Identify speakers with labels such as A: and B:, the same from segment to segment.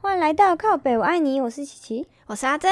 A: 欢迎来到靠北，我爱你，我是琪琪。
B: 我是阿珍，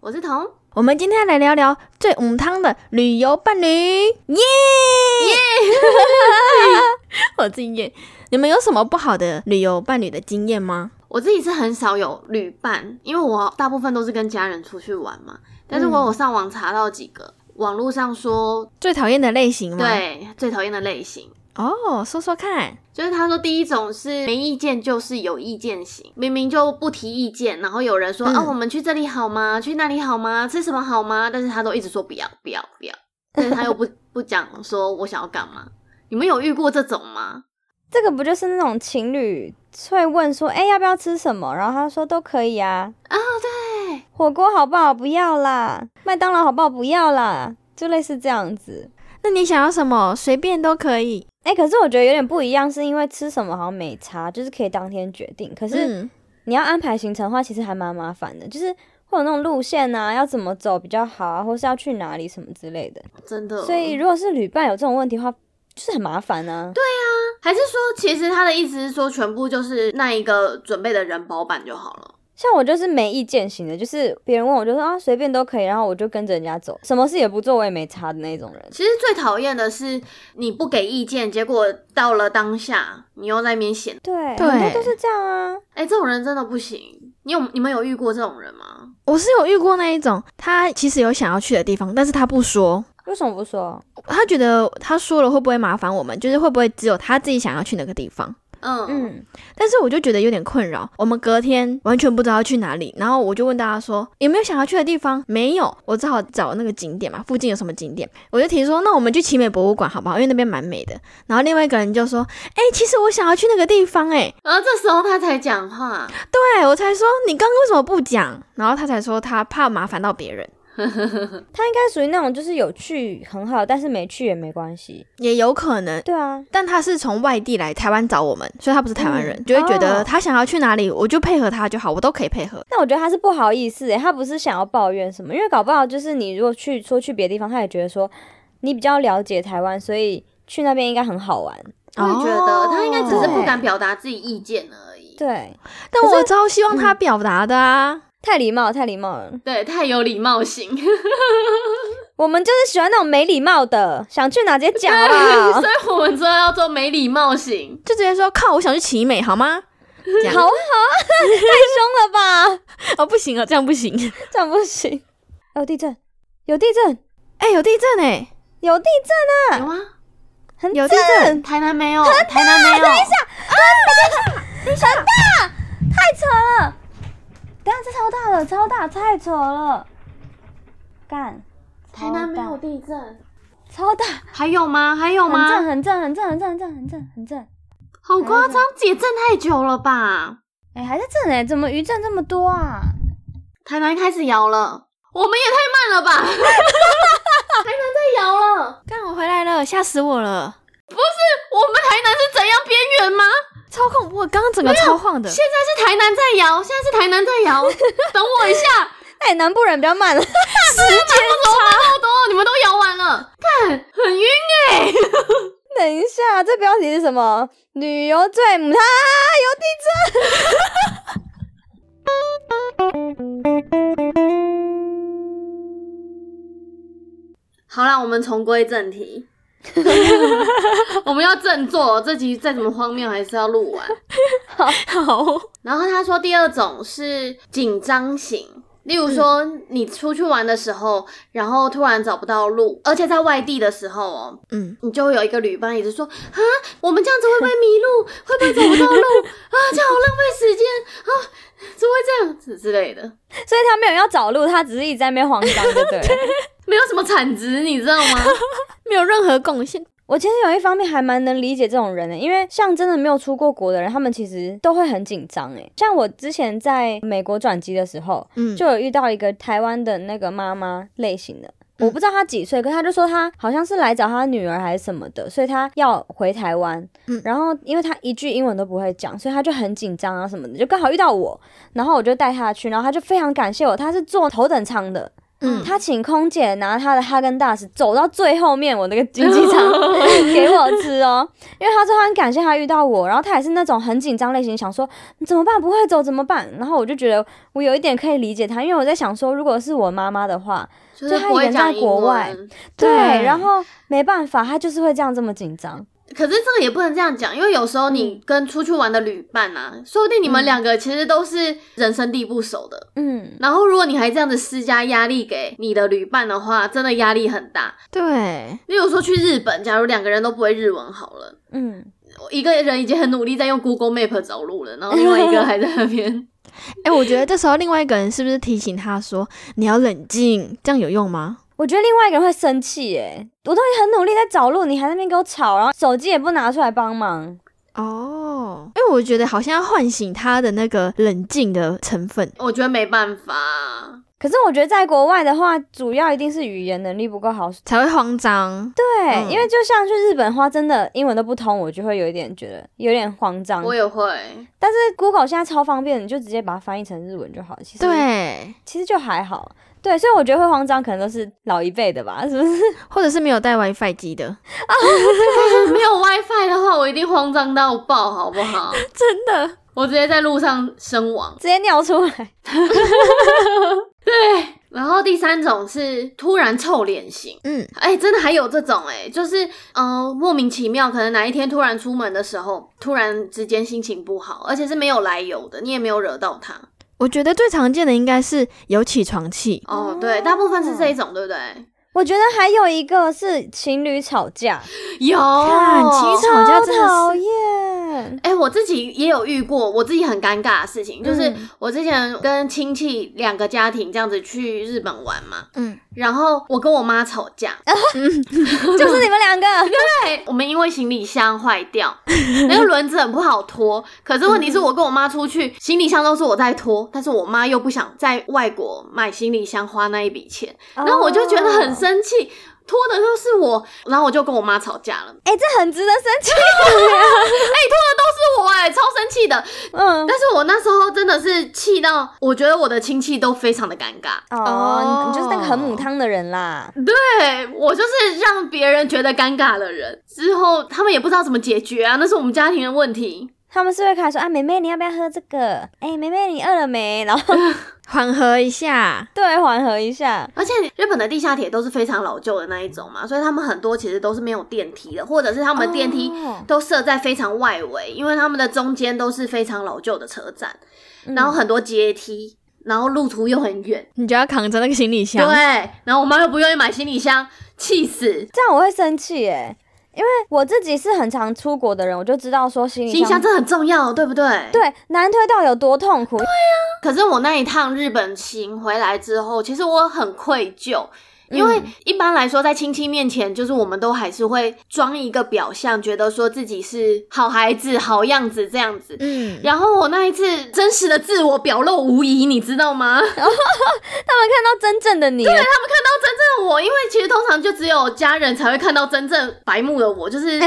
C: 我是彤，
B: 我们今天来聊聊最母汤的旅游伴侣，耶耶！ 我自己耶，你们有什么不好的旅游伴侣的经验吗？
C: 我自己是很少有旅伴，因为我大部分都是跟家人出去玩嘛。但是我
A: 嗯
C: 有上网查到几个、网络上说，
B: 最讨厌的类
A: 嗯
B: 型吗？，
C: 对最讨厌的类型，
B: 哦，说说看，
C: 就是他说第一种是没意见，就是有意见型，明明就不提意见，然后有人说、
B: 嗯
C: 哦，我们去这里好吗？去那里好吗？吃什么好吗？但是他都一直说不要不要不要，但是他 又不不讲说我想要干嘛。你们有遇过这种吗？
A: 这个不就是那种情侣会问说，哎、要不要吃什么？然后他说都可以啊。
C: 啊、对，
A: 火锅好不好？不要啦。麦当劳好不好？不要啦。就类似这样子。
B: 那你想要什么？随便都可以。
A: 哎、可是我觉得有点不一样，是因为吃什么好像没差，就是可以当天决定。可是
B: 嗯，
A: 你要安排行程的话，其实还蛮麻烦的，就是会有那种路线啊，要怎么走比较好啊，或是要去哪里什么之类的。
C: 真的。
A: 所以如果是旅伴有这种问题的话，就是很麻烦啊。对，
C: 还是说，其实他的意思是说，全部就是那一个准备的人包办就好了。
A: 像我就是没意见型的，就是别人问我就说啊随便都可以，然后我就跟着人家走，什么事也不做，我也没差的那种人。
C: 其实最讨厌的是你不给意见，结果到了当下你又在那边显，
A: 对，
B: 对
A: 很多都是这样啊。
C: 哎、这种人真的不行。你有你们有遇过这种人吗？
B: 我是有遇过那一种，他其实有想要去的地方，但是他不说，
A: 为什么不说？
B: 他觉得他说了会不会麻烦我们，就是会不会只有他自己想要去那个地方。
C: 嗯嗯，
A: 嗯，
B: 但是我就觉得有点困扰。我们隔天完全不知道要去哪里，然后我就问大家说有没有想要去的地方？没有，我只好找那个景点嘛，附近有什么景点？我就提说那我们去奇美博物馆好不好？因为那边蛮美的。然后另外一个人就说，哎、其实我想要去那个地方、诶
C: 然后这时候他才讲话，
B: 哎，对我才说你刚刚为什么不讲？然后他才说他怕麻烦到别人，
A: 他应该属于那种就是有去很好，但是没去也没关系。
B: 也有可能。
A: 对啊，
B: 但他是从外地来台湾找我们，所以他不是台湾人，就会觉
A: 哦
B: 得他想要去哪里，我就配合他就好，我都可以配合。
A: 那我觉得他是不好意思诶、欸他不是想要抱怨什么，因为搞不好就是你如果去说去别的地方，他也觉得说你比较了解台湾，所以去那边应该很好玩。
C: 我也觉得
B: 哦
C: 他应该只是不
A: 对
C: 敢表达自己意见而已。
A: 对，
B: 但
A: 可是
B: 我超希望他表达的啊。
A: 太礼貌，太礼貌了。
C: 对，太有礼貌 型，所
A: 我们就是喜欢那种没礼貌的，想去哪直接讲 好 不好？
C: 以我们真的要做没礼貌型。
B: 就直接说靠，我想去奇美，好吗？ 这样
A: 好啊好啊，太凶了吧，
B: 哦，不行啊，这样不行。
A: 这样不行。有地震，有地震，
B: 哎、有地震哎、
A: 有地震，
C: 有吗？
A: 很
B: 有地震
C: 台南 没有，台南没有。
A: 太扯了！等一下这超大了，超大，太扯了！干，
C: 台南没有地震。
A: 超大，
C: 还有吗？还有
A: 很正，
C: 吗？
A: 很正，很正，很正，很正，很正，很正。
C: 好夸张，解震太久了吧？
A: 哎、还是正哎、怎么余震这么多啊？
C: 台南开始摇了，我们也太慢 了吧？台南在摇了，
B: 看我回来了，吓死我了，
C: 我们台南是怎样边缘吗？
B: 超恐怖！刚刚整个超晃的，
C: 现在是台南在摇，现在是台南在 摇。等我一下，
A: 哎、南部人比较慢 了，
C: 好多你们都摇完了，看很晕哎、
A: 等一下，这标题是什么？旅游最母汤，啊有地震。
C: 好啦，我们重归正 题。我们要振作，这集再怎么荒谬还是要录完。
B: 好，
C: 然后他说第二种是紧张型，例如说
A: 嗯
C: 你出去玩的时候，然后突然找不到路，而且在外地的时候哦，
B: 嗯，
C: 你就会有一个旅伴一直说啊，我们这样子会不会迷路？ 会不会找不到路啊？这样好浪费时间啊，怎么会这样子之类的？
A: 所以他没有要找路，他只是一直在那边慌张，对不对了？
C: 没有什么产值，你知道 吗？
B: 没有任何贡献。
A: 我其实有一方面还蛮能理解这种人的、因为像真的没有出过国的人，他们其实都会很紧张诶。像我之前在美国转机的时候，
B: 嗯，
A: 就有遇到一个台湾的那个妈妈类型的。
B: 嗯
A: 我不知道她几岁，可她就说她好像是来找她女儿还是什么的，所以她要回台湾。
B: 嗯
A: 然后因为她一句英文都不会讲，所以她就很紧张啊什么的，就刚好遇到我，然后我就带她去，然后她就非常感谢我，她是坐头等舱的，
B: 嗯，
A: 他请空姐拿他的哈根达斯走到最后面，我那个经济舱 给我吃哦，因为他说他很感谢他遇到我，然后他也是那种很紧张类型，想说怎么办不会走怎么办，然后我就觉得我有一点可以理解他，因为我在想说，如果是我妈妈的话，
C: 就是
A: 他
C: 不会
A: 人在
C: 讲英
A: 国外
C: 文
A: 对，
B: 对
A: 然后没办法，他就是会这样这么紧张，
C: 可是这个也不能这样讲，因为有时候你跟出去玩的旅伴啊，说不定你们两个其实都是人生地不熟的。
A: 嗯，
C: 然后如果你还这样子施加压力给你的旅伴的话，真的压力很大。
B: 对，
C: 例如说去日本，假如两个人都不会日文好了，
A: 嗯，
C: 一个人已经很努力在用 Google Map 找路了，然后另外一个还在那边。
B: 哎、我觉得这时候另外一个人是不是提醒他说你要冷静，这样有用吗？
A: 我觉得另外一个人会生气耶，我都已经很努力在找路，你还在那边给我吵，然后手机也不拿出来帮忙，
B: 哦，因为我觉得好像要唤醒他的那个冷静的成分。
C: 我觉得没办法，啊
A: 可是我觉得在国外的话，主要一定是语言能力不够好，
B: 才会慌张，
A: 对，
B: 嗯
A: 因为就像去日本的话，真的英文都不通，我就会有一点觉得有点慌张。
C: 我也会。
A: 但是 Google 现在超方便，你就直接把它翻译成日文就好。其实，
B: 对，
A: 其实就还好。对，所以我觉得会慌张，可能都是老一辈的吧，是不 是？
B: 或者是没有带 WiFi 机的，
C: 没有 WiFi 的话，我一定慌张到爆，好不好？
B: 真的，
C: 我直接在路上身亡。
A: 直接尿出来。
C: 然后第三种是突然臭脸型，
B: 嗯，
C: 哎、真的还有这种哎、就是嗯、呃莫名其妙，可能哪一天突然出门的时候，突然之间心情不好，而且是没有来由的，你也没有惹到他。
B: 我觉得最常见的应该是有起床气，
C: 哦
A: 哦，
C: 对，大部分是这一种，对不对？
A: 我觉得还有一个是情侣吵架，
C: 有，
B: 看其实吵架真的是
A: 超讨 厌。
C: 哎、我自己也有遇过，我自己很尴尬的事情，就是
A: 嗯
C: 我之前跟亲戚两个家庭这样子去日本玩嘛，
B: 嗯，
C: 然后我跟我妈吵架，
A: 就是你们两个，
C: 对，我们因为行李箱坏掉， 那个轮子很不好拖。可是问题是我跟我妈出去，行李箱都是我在拖，但是我妈又不想在外国买行李箱花那一笔钱，然后我就觉得很
A: 哦，
C: 生气，拖的都是我，然后我就跟我妈吵架了，
A: 哎、这很值得生气。
C: 是我哎、超生气的。
A: 嗯，
C: 但是我那时候真的是气到，我觉得我的亲戚都非常的尴尬，
A: 哦，你就是那个很母汤的人啦。
C: 对我就是让别人觉得尴尬的人，之后他们也不知道怎么解决啊，那是我们家庭的问题。
A: 他们是会开始说啊，妹妹你要不要喝这个？哎、妹妹你饿了没？然后
B: 缓和一下，
A: 对缓和一下，
C: 而且日本的地下铁都是非常老旧的那一种嘛，所以他们很多其实都是没有电梯的，或者是他们电梯
A: 哦
C: 都设在非常外围，因为他们的中间都是非常老旧的车站，然后
A: 嗯
C: 很多阶梯，然后路途又很远，
B: 你就要扛着那个行李
C: 对
B: 箱，，
C: 然后我妈又不愿意买行李箱，气死！
A: 这样我会生气哎，因为我自己是很常出国的人，我就知道说行李
C: 行李箱真的很重要，对不对？。
A: 对难推到有多痛苦。
C: 可是我那一趟日本行回来之后，其实我很愧疚。因为一般来说，在亲戚面前，就是我们都还是会装一个表象，觉得说自己是好孩子、好样子这样子。
B: 嗯，
C: 然后我那一次真实的自我表露无遗，你知道吗？ 看
A: 他们看到真正的你了，
C: 到真正的我，因为其实通常就只有家人才会看到真正白目的我，就是 就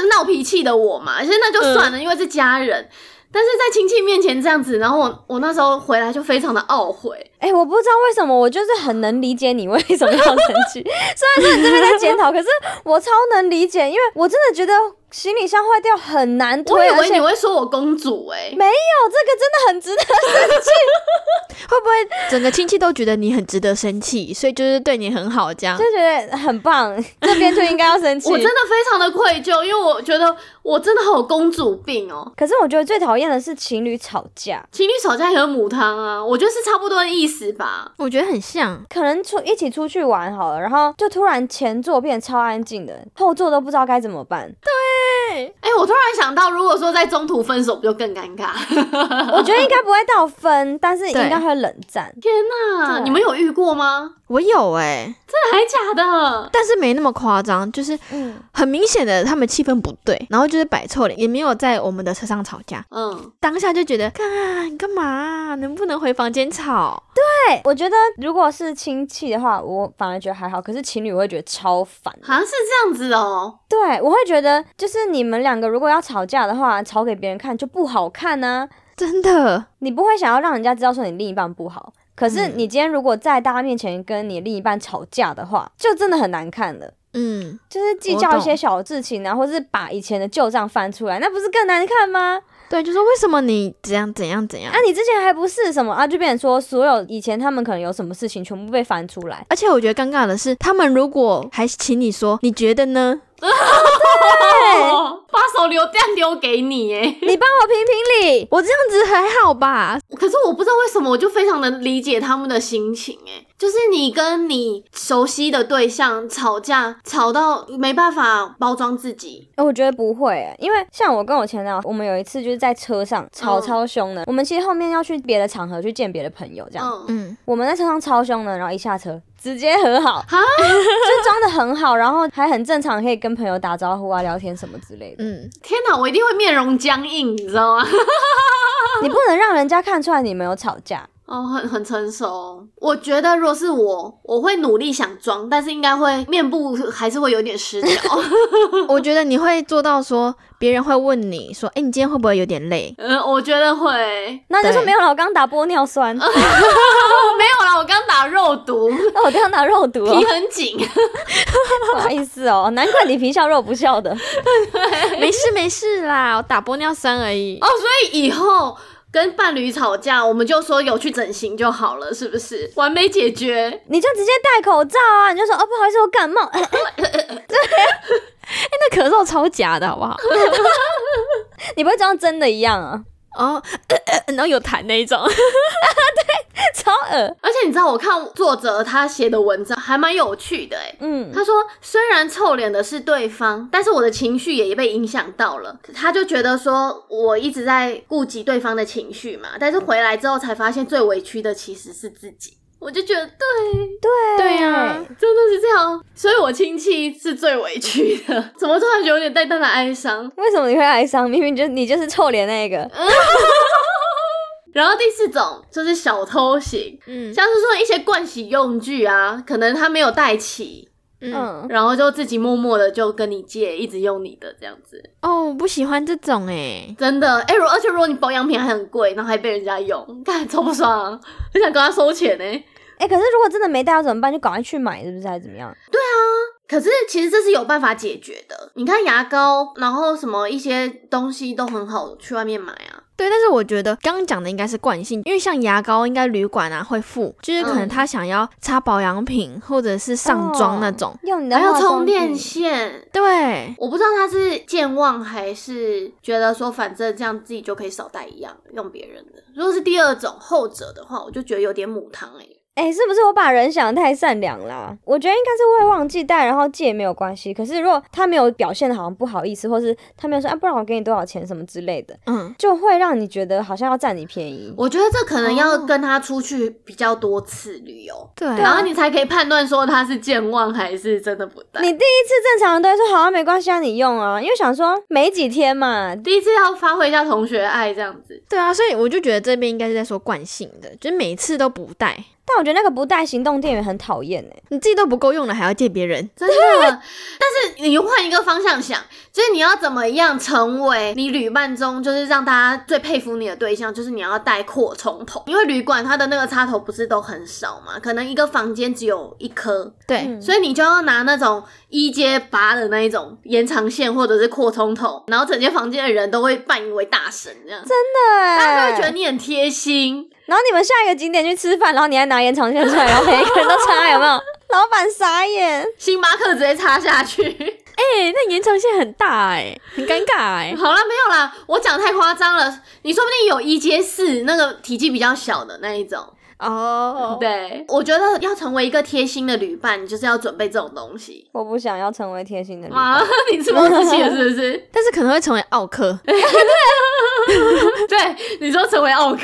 C: 是闹脾气的我嘛。其实那就算了，因为是家人。但是在亲戚面前这样子，然后我我那时候回来就非常的懊悔，
A: 哎、我不知道为什么，我就是很能理解你为什么要生气。虽然说你这边在检讨，可是我超能理解，因为我真的觉得行李箱坏掉很难
C: 我
A: 推，
C: 以
A: 而
C: 为
A: 且
C: 你
A: 没有
C: 会说我公主哎、
A: 这个真的很值得
B: 会不会整个亲戚都觉得你很值得生气，所以就是对你很好这样
A: 就？觉得很棒，这边就应该要生气。
C: 我真的非常的愧疚，因为我觉得我真的好有公主病哦。
A: 可是我觉得最讨厌的是情侣吵架，
C: 情侣吵架也有母汤啊，我觉得是差不多的意思吧。
B: 我觉得很像，
A: 可能出一起出去玩好了，然后就突然前座变得超安静的，后座都不知道该怎么办。
C: 哎、我突然想到，如果说在中途分手，不就更尴尬？
A: 我觉得应该不会到分，但是应
B: 对
A: 该会冷战。
C: 天哪，
A: 对
C: 你们有遇过吗？
B: 我有哎、
C: 真的还假的？
B: 但是没那么夸张，就是
A: 嗯，
B: 很明显的他们气氛不对，然后就是摆臭脸，也没有在我们的车上吵架，
C: 嗯，
B: 当下就觉得干干嘛，能不能回房间吵？
A: 对，我觉得如果是亲戚的话，我反而觉得还好，可是情侣我会觉得超烦。
C: 好像是这样子哦。
A: 对，我会觉得就是你们两个如果要吵架的话，吵给别人看就不好看呢、啊
B: 真的，
A: 你不会想要让人家知道说你另一半不好，可是你今天如果在大家面前跟你另一半吵架的话，就真的很难看了。
B: 嗯，
A: 就是计
B: 我
A: 较一
B: 懂
A: 些小事情啊，或是把以前的旧账翻出来，那不是更难看吗？
B: 对，就说为什么你怎样怎样怎样
A: 啊，，你之前还不是什么啊，就变成说所有以前他们可能有什么事情全部被翻出来，
B: 而且我觉得尴尬的是，他们如果还请你说，你觉得呢？
C: 哦，把手榴弹丢给你哎。
A: 你帮我评评理。
B: 我这样子还好吧？
C: 可是我不知道为什么，我就非常能理解他们的心情哎。就是你跟你熟悉的对象吵架，吵到没办法包装自己，
A: 我觉得不会欸、因为像我跟我前男友，我们有一次就是在车上吵
C: 嗯
A: 超凶的。我们其实后面要去别的场合去见别的朋友，这样、
C: 嗯，
B: 嗯，
A: 我们在车上超凶的，然后一下车直接和好，
C: 哈
A: 就装的很好，然后还很正常，可以跟朋友打招呼啊、聊天什么之类的。
B: 嗯，
C: 天哪，我一定会面容僵硬，你知道吗？
A: 你不能让人家看出来你没有吵架。
C: 哦，很很成熟。我觉得若是我，我会努力想装，但是应该会面部还是会有点失调。
B: 我觉得你会做到说，别人会问你说，哎、你今天会不会有点累？
C: 嗯，我觉得会。
A: 那就说
B: 对
A: 没有了，我刚打玻尿酸，哦，
C: 哦，没有啦，我刚打肉毒，
A: 我刚打肉毒、 哦
C: 皮，很紧。
A: 不好意思哦， 难怪你皮笑肉不笑的。
B: 没事没事啦，我打玻尿酸而已。
C: 哦，所以以后跟伴侣吵架，我们就说有去整形就好了，是不是？完美解决。
A: 你就直接戴口罩啊，你就说哦，不好意思，我感冒。
B: 那咳嗽超假的好不好？
A: 你不会装真的一样啊，
B: 哦，然后有痰那一种。
A: 超恶。
C: 而且你知道，我看作者他写的文章还蛮有趣的诶、
A: 嗯，
C: 他说：“虽然臭脸的是对方，但是我的情绪也被影响到了。他就觉得说我一直在顾及对方的情绪嘛，但是回来之后才发现最委屈的其实是自己。我就觉得对，
A: 啊
C: 啊
B: 对呀、
C: 真的是这样。所以我亲戚是最委屈的，怎么突然有点淡淡的哀伤？
A: 为什么你会哀伤？明明就你就是臭脸那个，
C: 然后第四种就是小偷型，
B: 嗯
C: 像是说一些盥洗用具啊，可能他没有带齐，
B: 嗯，
A: 嗯，
C: 然后就自己默默的就跟你借，一直用你的这样子。
B: 哦，我不喜欢这种哎、
C: 真的，哎、如而且如果你保养品还很贵，然后还被人家用， 干超不爽、啊，很想跟他收钱呢、欸
A: 哎、可是如果真的没带要怎么办？就赶快去买，是不是？还是怎么样？
C: 可是其实这是有办法解决的。你看牙膏，然后什么一些东西都很好去外面买啊。
B: 对，但是我觉得刚刚讲的应该是惯性，因为像牙膏，应该旅馆啊会付，就是可能
C: 嗯
B: 他想要擦保养品或者是上妆那种。
A: 哦用你的
C: 还有
A: 化妆
C: 充电
A: 品
C: 线，
B: 对，
C: 我不知道他是健忘还是觉得说反正这样自己就可以少带一样用别人的。如果是第二种后者的话，我就觉得有点母汤哎、
A: 哎、是不是我把人想的太善良啦、我觉得应该是会忘记带，然后借也没有关系。可是如果他没有表现的好像不好意思，或是他没有说啊，不然我给你多少钱什么之类的，
B: 嗯，
A: 就会让你觉得好像要占你便宜。
C: 我觉得这可能要
B: 哦
C: 跟他出去比较多次旅游。
B: 对啊
C: 然后你才可以判断说他是健忘还是真的不带。
A: 你第一次正常人都会说好啊，没关系啊，你用啊，因为想说没几天嘛，
C: 第一次要发挥一下同学爱这样子，
B: 对啊，所以我就觉得这边应该是在说惯性的，就是每次都不带，
A: 但我觉得那个不带行动电源很讨厌哎。
B: 你自己都不够用了还要借别人。
C: 真的。但是你换一个方向想，就是你要怎么样成为你旅伴中就是让大家最佩服你的对象，就是你要带扩充头，因为旅馆它的那个插头不是都很少嘛，可能一个房间只有一颗，
B: 对，
A: 嗯
C: 所以你就要拿那种一阶拔的那一种延长线或者是扩充头，然后整间房间的人都会扮演为大神这样，大家
A: 对，
C: 就会觉得你很贴心。
A: 哎然后你们下一个景点去吃饭，然后你还拿延长线出来，然后每一个人都插，有没 有？老板傻眼，
C: 星巴克直接插下去。
B: 哎、那延长线很大哎、很尴尬哎、
C: 好啦，没有啦，我讲太夸张了。你说不定有一阶四那个体积比较小的那一种。
B: 哦，
C: 对，我觉得要成为一个贴心的旅伴，你就是要准备这种东西。
A: 我不想要成为贴
B: 嗯
A: 心的旅伴。
C: 啊， 你自暴自弃了是不 是？
B: 但是可能会成为奥克。
C: 对，你说成为奥 克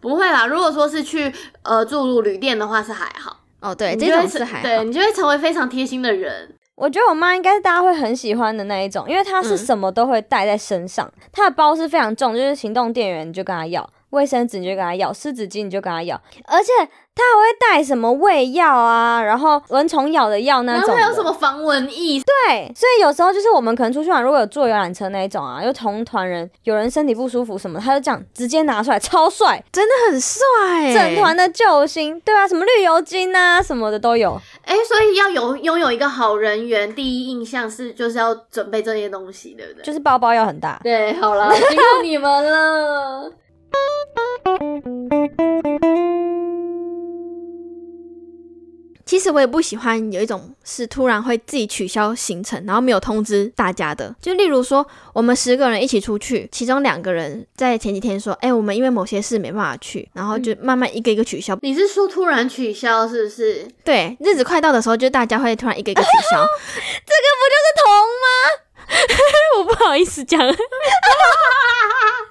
C: 不会啦。如果说是去呃住入旅店的话是还好，
B: 哦，对，
C: 你
B: 这
C: 就会
B: 种是
C: 成
B: 还
C: 对
B: 好。
C: 你就会成为非常贴心的人。
A: 我觉得我妈应该是大家会很喜欢的那一
C: 嗯
A: 种，因为她是什么都会带在身上，她的包是非常重，就是行动电源你就跟她要，卫生纸你就跟他要，湿纸巾你就跟他要，而且他还会带什么胃药啊，然后蚊虫咬的药那
C: 然
A: 种
C: 后
A: 的。
C: 还有什么防蚊液？
A: 对，所以有时候就是我们可能出去玩，如果有坐游览车那一种啊，又同团人，有人身体不舒服什么，他就这样直接拿出来，超帅，
B: 真的很帅、欸，
A: 整团的救星，对啊，什么绿油精啊什么的都有。
C: 哎、所以要有拥有一个好人缘，第一印象是就是要准备这些东西，对不对？
A: 就是包包要很 大。
C: 对，好了，辛苦你们了。
B: 其实我也不喜欢有一种是突然会自己取消行程，然后没有通知大家的。就例如说，我们十个人一起出去，其中两个人在前几天说：“哎、我们因为某些事没办法去。”然后就慢慢一个一个取消。
C: 你是说突然取消是不是？
B: 对，日子快到的时候，就大家会突然一个一个取消。
A: 同
B: 我不好意思讲，
A: 吗？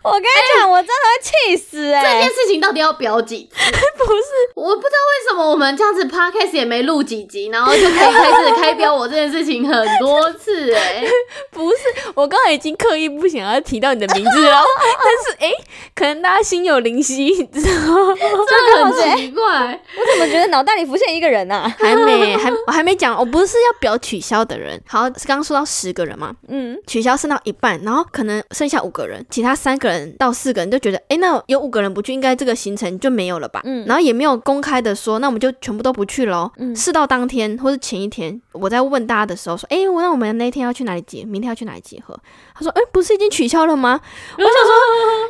A: 我跟你讲，我真的会气死哎、
C: 哎这件事情到底要表几次？
B: 不是
C: 我不知道为什么我们这样子 podcast 也没录几集，然后就可以开始开标我这件事情很多次哎、
B: 不是，我刚才已经刻意不想要提到你的名字了，但 是哎、可能大家心有灵犀，你知道吗？
C: 这很奇怪。
A: 啊我怎么觉得脑袋里浮现一个人 啊？
B: 还没，还我还没讲，我不是要表取消的人。好，刚刚说到十个人嘛，
A: 嗯，
B: 取消剩到一半，然后可能剩下五个人，其他三个人到四个人就觉得，哎，那有五个人不去，应该这个行程就没有了吧？
A: 嗯
B: 然后也没有公开的说，那我们就全部都不去喽。
A: 嗯
B: 事到当天或是前一天，我在问大家的时候说，哎，我那我们那天要去哪里集，明天要去哪里集合？他说，哎，不是已经取消了 吗？我想说，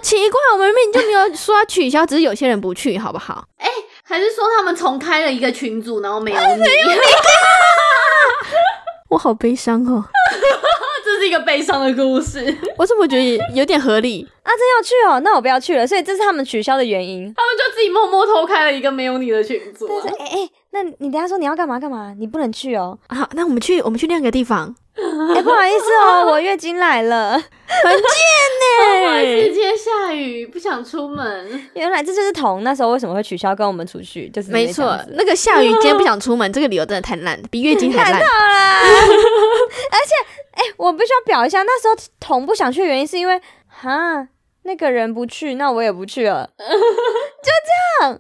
B: 奇怪，我们明明就没有说要取消，只是有些人不去，好不好？
C: 还是说他们重开了一个群组，然后没有 你？
B: 我好悲伤哦，
C: 这是一个悲伤的故事。
B: 我怎么觉得有点合理？
A: 啊，真要去哦，那我不要去了。所以这是他们取消的原因。
C: 他们就自己默默偷开了一个没有你的群组、
A: 但是
C: 啊。
A: 哎哎、那你等一下说你要干嘛干嘛，你不能去哦。
B: 好，那我们去，我们去另一个地方。
A: 哎、不好意思哦，我月经来了。
C: 不好意思，今天下雨，不想出门。
A: 原来这就是童那时候为什么会取消跟我们出去，就是因为
B: 没
A: 这
B: 错
A: 样，子
B: 那个下雨今天不想出门，这个理由真的太烂，比月经还烂。
A: 我必须要表一下，那时候童不想去的原因是因为哈那个人不去，那我也不去了。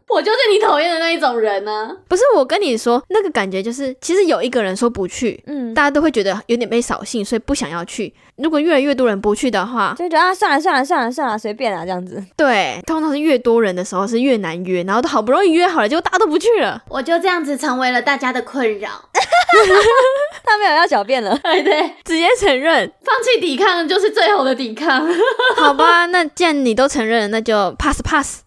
C: 我就是你讨厌的那一种人啊呢、
B: 不是我跟你说，那个感觉就是，其实有一个人说不去，
A: 嗯，
B: 大家都会觉得有点被扫兴，所以不想要去。如果越来越多人不去的话，
A: 就觉得啊算了算了算了算了，随便啦这样子。
B: 对，通常是越多人的时候是越难约，然后都好不容易约好了，结果大家都不去了。
C: 我就这样子成为了大家的困扰。
A: 他没有要狡辩了。
C: 对哎对，
B: 直接承认，
C: 放弃抵抗就是最后的抵抗。
B: 好吧，那既然你都承认了，那就 pass pass。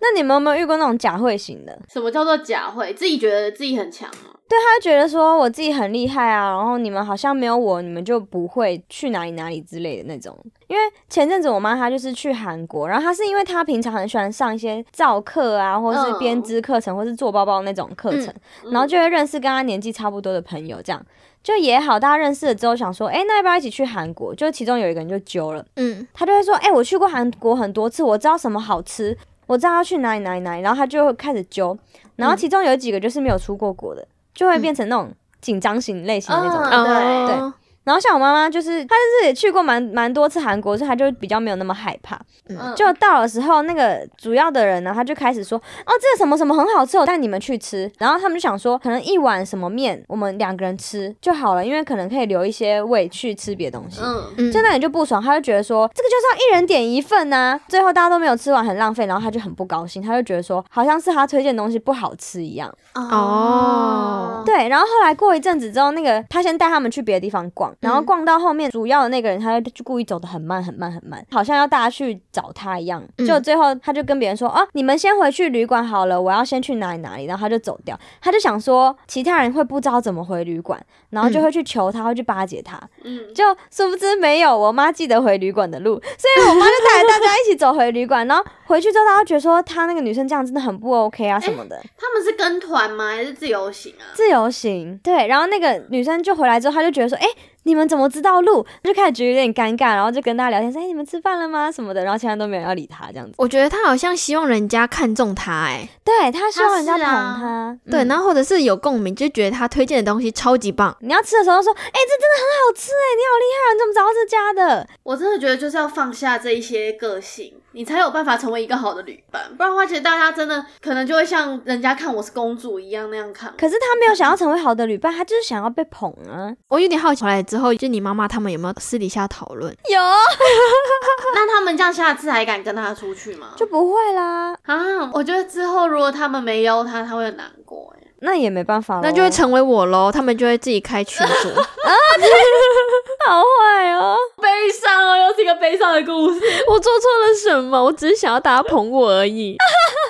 A: 那你们有没有遇过那种假会型的？
C: 什么叫做假会？自己觉得自己很强哦吗？
A: 他觉得说我自己很厉害啊，然后你们好像没有我，你们就不会去哪里哪里之类的那种。因为前阵子我妈她就是去韩国，然后她是因为她平常很喜欢上一些造课啊，或是
C: 嗯
A: 编织课程，或是做包包那种课程，然后就会认识跟她年纪差不多的朋友，这样就也好。大家认识了之后想说，哎、那要不要一起去韩国？就其中有一个人就揪了。
B: 嗯，
A: 他就会说：“哎、我去过韩国很多次，我知道什么好吃，我知道要去哪里哪里哪里。”然后他就会开始揪，然后其中有几个就是没有出过国的，就会变成那种紧张型类型的那种。
C: 嗯对
B: 哦
A: 然后像我妈妈就是，她就是也去过蛮蛮多次韩国，所以她就比较没有那么害怕。
C: 嗯
A: 就到的时候，那个主要的人呢，他就开始说：“哦，这个什么什么很好吃，我带你们去吃。”然后他们就想说，可能一碗什么面，我们两个人吃就好了，因为可能可以留一些胃去吃别的东西。
C: 嗯，
B: 嗯
A: 就那人就不爽，他就觉得说这个就是要一人点一份呐、最后大家都没有吃完，很浪费，然后他就很不高兴，他就觉得说好像是他推荐的东西不好吃一样。
C: 嗯
B: 哦
A: 对，然后后来过一阵子之后，那个他先带他们去别的地方逛，然后逛到后面主要的那个人，他就故意走得很慢很慢很慢，好像要大家去找他一样。
B: 嗯
A: 就最后他就跟别人说：“哦、你们先回去旅馆好了，我要先去哪里哪里。”然后他就走掉，他就想说其他人会不知道怎么回旅馆，然后就会去求他，会去巴结他。
C: 嗯，
A: 就殊不知没有，我妈记得回旅馆的路，所以我妈就带着大家一起走回旅馆。然后回去之后，大家觉得说她那个女生这样真的很不 OK 啊什么的。
C: 他们是跟团吗？还是自由行啊？
A: 自由行对，然后那个女生就回来之后，她就觉得说，哎、你们怎么知道路？就开始觉得有点尴尬，然后就跟大家聊天说，哎、你们吃饭了吗？什么的，然后其他人都没有要理她这样子。
B: 我觉得他好像希望人家看中他、哎，
A: 对，她希望人家
C: 她是
A: 捧
C: 啊
A: 她。
B: 对，
A: 嗯
B: 然后或者是有共鸣，就觉得他推荐的东西超级棒。
A: 你要吃的时候说，哎、这真的很好吃哎、你好厉害哦，你怎么找到这家的？
C: 我真的觉得就是要放下这一些个性，你才有办法成为一个好的旅伴。不然的话，其实大家真的可能就会像人家看我是公主一样那样看我。
A: 可是他没有想要成为好的旅伴，他就是想要被捧啊。
B: 我有点好奇，回来之后就你妈妈他们有没有私底下讨论？
A: 有
C: 那他们这样下次还敢跟他出去吗？
A: 就不会啦，
C: 啊，我觉得之后如果他们没邀他，他会很难过哎。
A: 那也没办法咯
B: 那就会成为我喽，他们就会自己开群 组。
A: 好坏哦。
C: 悲伤哦，又是一个悲伤的故事。
B: 我做错了什么？我只是想要大家捧我而已。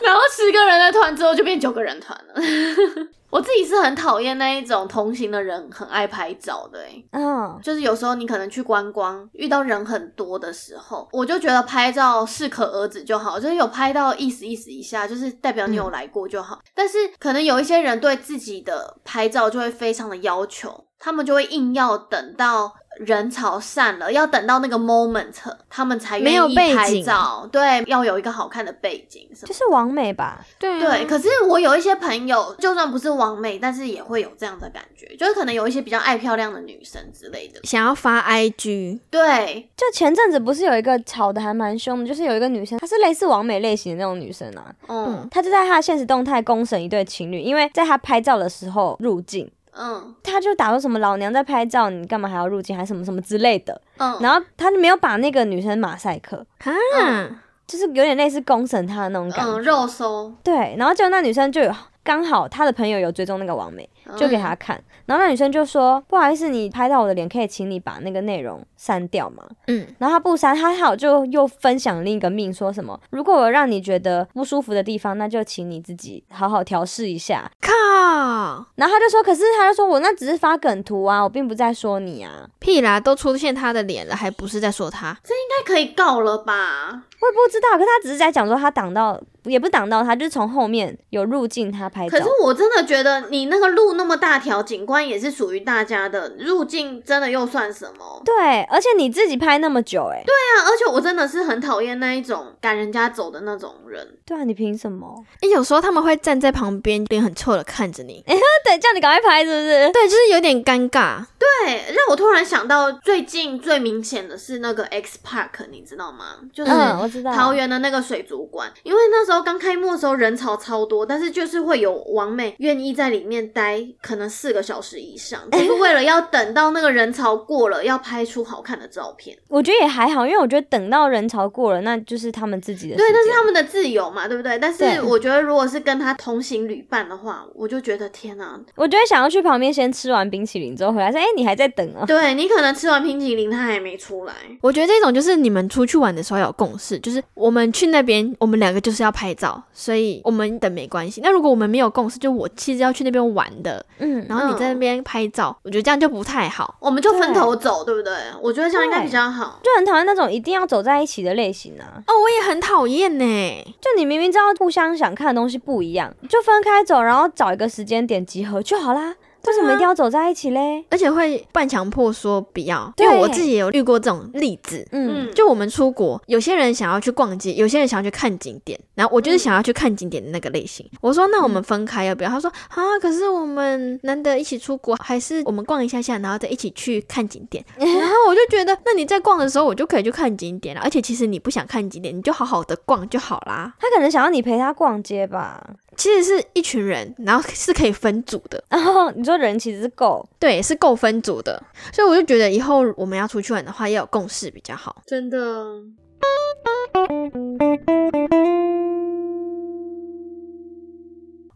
C: 然后十个人的团之后就变九个人团了。 我自己是很讨厌那一种同行的人很爱拍照的、欸，
A: 嗯，
C: 就是有时候你可能去观光，遇到人很多的时候，我就觉得拍照适可而止就好，就是有拍到意思意思一下，就是代表你有来过就好。
B: 嗯
C: 但是可能有一些人对自己的拍照就会非常的要求，他们就会硬要等到。人潮散了，要等到那个 moment，他们才
B: 没有
C: 愿意
B: 背
C: 拍
B: 景
C: 照。对，要有一个好看的背景什么的
A: 就是完美吧。
B: 对啊
C: 对，可是我有一些朋友，就算不是完美，但是也会有这样的感觉，就是可能有一些比较爱漂亮的女生之类的。
B: 想要发 IG，
C: 对，
A: 就前阵子不是有一个吵得还蛮凶的，就是有一个女生，她是类似完美类型的那种女生啊，
C: 嗯
A: 她就在她的现实动态公审一对情侣，因为在她拍照的时候入镜。
C: 嗯
A: 她就打说什么老娘在拍照，你干嘛还要入镜，还什么什么之类的。
C: 嗯，
A: 然后她就没有把那个女生马赛克，
B: 哈，嗯
A: 就是有点类似公审她的那种感觉。
C: 嗯肉搜，
A: 对，然后就那女生就有刚好她的朋友有追踪那个王美，就
C: 嗯
A: 给她看，然后那女生就说：“不好意思，你拍到我的脸，可以请你把那个内容删掉吗？”
B: 嗯，
A: 然后她不删，她好就又分享另一个命，说什么：“如果我让你觉得不舒服的地方，那就请你自己好好调试一下。
B: 靠，”
A: 然后她就说：“可是她就说我那只是发梗图啊，我并不在说你啊，
B: 屁啦，都出现他的脸了，还不是在说他？
C: 应该可以告了吧？
A: 我也不知道。可是她只是在讲说她挡到，也不是挡到她，就是从后面有入境她拍
C: 可
A: 照
C: 是。我真的觉得你那个路那么大条，景观也是属于大家的，入境真的又算什么？
A: 对，而且你自己拍那么久、欸，哎，对
C: 对啊，而且我真的是很讨厌那一种赶人家走的那种人。
A: 对啊，你凭什么？
B: 哎，有时候他们会站在旁边，脸很臭的看着你，
A: 对，叫你赶快拍，是不是？
B: 对，就是有点尴尬。
C: 对，让我突然想到最近最明显的是那个 X Park，你知道吗？就是
A: 嗯，我知道。
C: 桃园的那个水族馆，因为那时候刚开幕的时候人潮超多，但是就是会有王美愿意在里面待可能四个小时以上，就是为了要等到那个人潮过了，要拍出好看的照片。
A: 我觉得也还好，因为我觉得等到人潮过了，那就是他们自己的时
C: 对，
A: 间。
C: 那是他们的自由嘛，对不对？但
A: 对
C: 是我觉得如果是跟他同行旅伴的话，我就觉得天啊哪、
A: 我觉得想要去旁边先吃完冰淇淋之后回来说，哎、你还在等啊？
C: 对你可能吃完冰淇淋他还没出来，
B: 我觉得这种就是你们出去玩的时候要有共识，就是我们去那边，我们两个就是要拍照，所以我们等没关系。那如果我们没有共识，就我其实要去那边玩的，
A: 嗯，
B: 然后你在那边拍照，我觉得这样就不太好。
C: 我们就分
A: 对
C: 头走，对不对？我觉得这样应该比较好。
A: 就很讨厌那种一定要走在一起的类型啊！
B: 哦，我也很讨厌呢。
A: 就你明明知道互相想看的东西不一样，就分开走，然后找一个时间点集合就好啦。为什么一定要走在一起嘞？
B: 而且会半强迫说不要，
A: 对
B: 因为我自己也有遇过这种例子。
A: 嗯，
C: 嗯，
B: 就我们出国，有些人想要去逛街，有些人想要去看景点，然后我就是想要去看景点的那个类型。我说那我们分开要不要？他说啊，可是我们难得一起出国，还是我们逛一下下，然后再一起去看景点。然后
A: 嗯
B: 我就觉得，那你在逛的时候，我就可以去看景点了。而且其实你不想看景点，你就好好的逛就好啦。
A: 他可能想要你陪他逛街吧。
B: 其实是一群人，然后是可以分组的。
A: 然后你说人其实是够，
B: 对，是够分组的，所以我就觉得以后我们要出去玩的话，要有共识比较好。
C: 真的。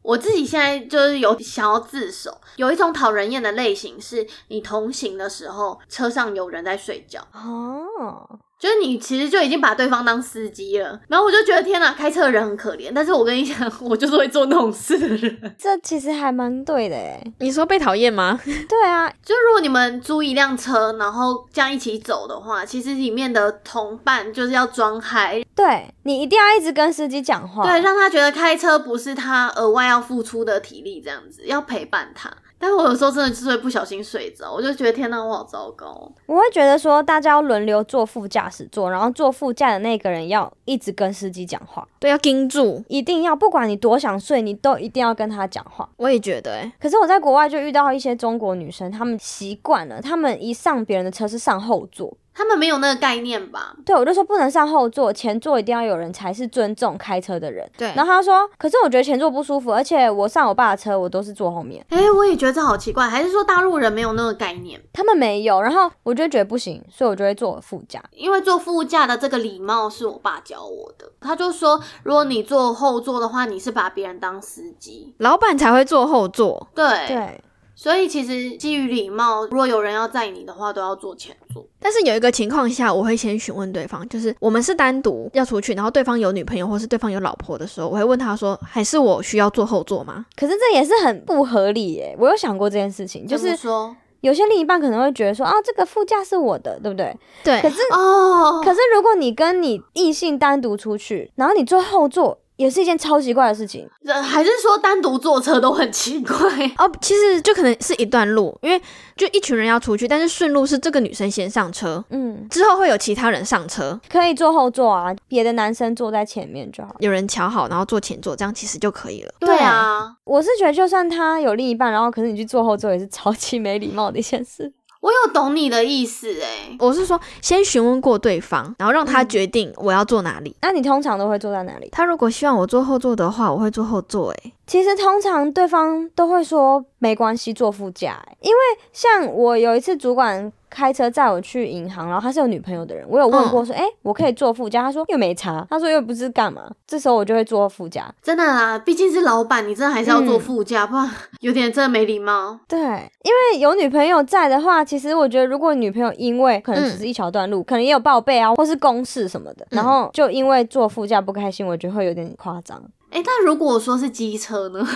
C: 我自己现在就是有想要自首，有一种讨人厌的类型是，你同行的时候车上有人在睡觉，
A: 哦，
C: 就是你其实就已经把对方当司机了。然后我就觉得天哪，开车的人很可怜，但是我跟你讲， 我就是会做那种事的人。
A: 这其实还蛮对的欸诶。
B: 你说被讨厌吗？
A: 对啊，
C: 就如果你们租一辆车，然后这样一起走的话，其实里面的同伴就是要装嗨，
A: 对你一定要一直跟司机讲话。
C: 对，让他觉得开车不是他额外要付出的体力，这样子要陪伴他。但是我有时候真的就是会不小心睡着，我就觉得天哪，我好糟糕哦。
A: 我会觉得说，大家要轮流坐副驾驶座，然后坐副驾的那个人要一直跟司机讲话，
B: 对，要盯住。
A: 一定要，不管你多想睡，你都一定要跟他讲话。
B: 我也觉得、欸，
A: 可是我在国外就遇到一些中国女生，她们习惯了，她们一上别人的车是上后座，
C: 他们没有那个概念吧？
A: 对，我就说不能上后座，前座一定要有人才是尊重开车的人。
B: 对
A: 然后他说，可是我觉得前座不舒服，而且我上我爸的车，我都是坐后面，
C: 哎、我也觉得这好奇怪，还是说大陆人没有那个概念？
A: 他们没有。然后我就觉得不行，所以我就会坐副驾。
C: 因为坐副驾的这个礼貌是我爸教我的，他就说，如果你坐后座的话，你是把别人当司机。
B: 老板才会坐后座。
C: 对，
A: 对，
C: 所以其实基于礼貌，如果有人要载你的话，都要坐前座。
B: 但是有一个情况下，我会先询问对方，就是我们是单独要出去，然后对方有女朋友或是对方有老婆的时候，我会问他说，还是我需要坐后座吗？
A: 可是这也是很不合理耶。我有想过这件事情，就
C: 怎么
A: 是
C: 说
A: 有些另一半可能会觉得说，啊，这个副驾是我的，对不对？
B: 对
A: 可，是
C: 哦，
A: 可是如果你跟你异性单独出去，然后你坐后座，也是一件超奇怪的事情。
C: 呃还是说单独坐车都很奇怪。
B: 哦，其实就可能是一段路，因为就一群人要出去，但是顺路是这个女生先上车，
A: 嗯，
B: 之后会有其他人上车，
A: 可以坐后座啊，别的男生坐在前面就好。
B: 有人瞧好，然后坐前座，这样其实就可以了。
C: 对啊，
A: 我是觉得，就算他有另一半，然后可是你去坐后座，也是超级没礼貌的一件事。
C: 我有懂你的意思哎、
B: 我是说，先询问过对方，然后让他
A: 嗯
B: 决定我要坐哪里。
A: 那你通常都会坐在哪里？
B: 他如果希望我坐后座的话，我会坐后座、欸。诶，
A: 其实通常对方都会说没关系，坐副驾、欸因为像我有一次主管开车载我去银行，然后他是有女朋友的人，我有问过说，哎、我可以坐副驾？他说又没差，他说又不是干嘛。这时候我就会坐副驾。
C: 真的啦，毕竟是老板，你真的还是要坐
A: 嗯
C: 副驾，不然有点真的没礼貌。
A: 对，因为有女朋友在的话，其实我觉得，如果女朋友因为可能只是一小段路，可能也有报备啊，或是公事什么的，然后就因为坐副驾不开心，我觉得会有点夸张。
C: 哎、但如果说是机车呢？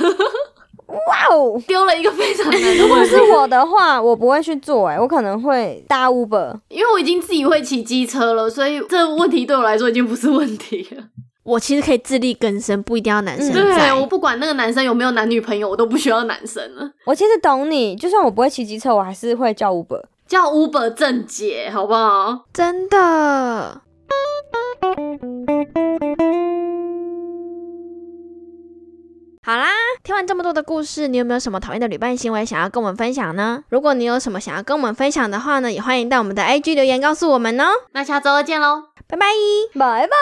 A: 哇哦！
C: 丢了一个非常难的
A: 如果
C: 问题
A: 是，我的话，我不会去坐、欸，我可能会搭 Uber。
C: 因为我已经自己会骑机车了，所以这个问题对我来说已经不是问题了。
B: 我其实可以自力更生，不一定要男生
A: 嗯
B: 在。
C: 对，我不管那个男生有没有男女朋友，我都不需要男生了。
A: 我其实懂你，就算我不会骑机车，我还是会叫 Uber。
C: 叫 Uber 正解，好不好？
B: 真的。好啦，听完这么多的故事，你有没有什么讨厌的旅伴行为想要跟我们分享呢？如果你有什么想要跟我们分享的话呢，也欢迎到我们的 IG 留言告诉我们哦。
C: 那下周二见喽。
B: 拜拜。
A: 拜拜。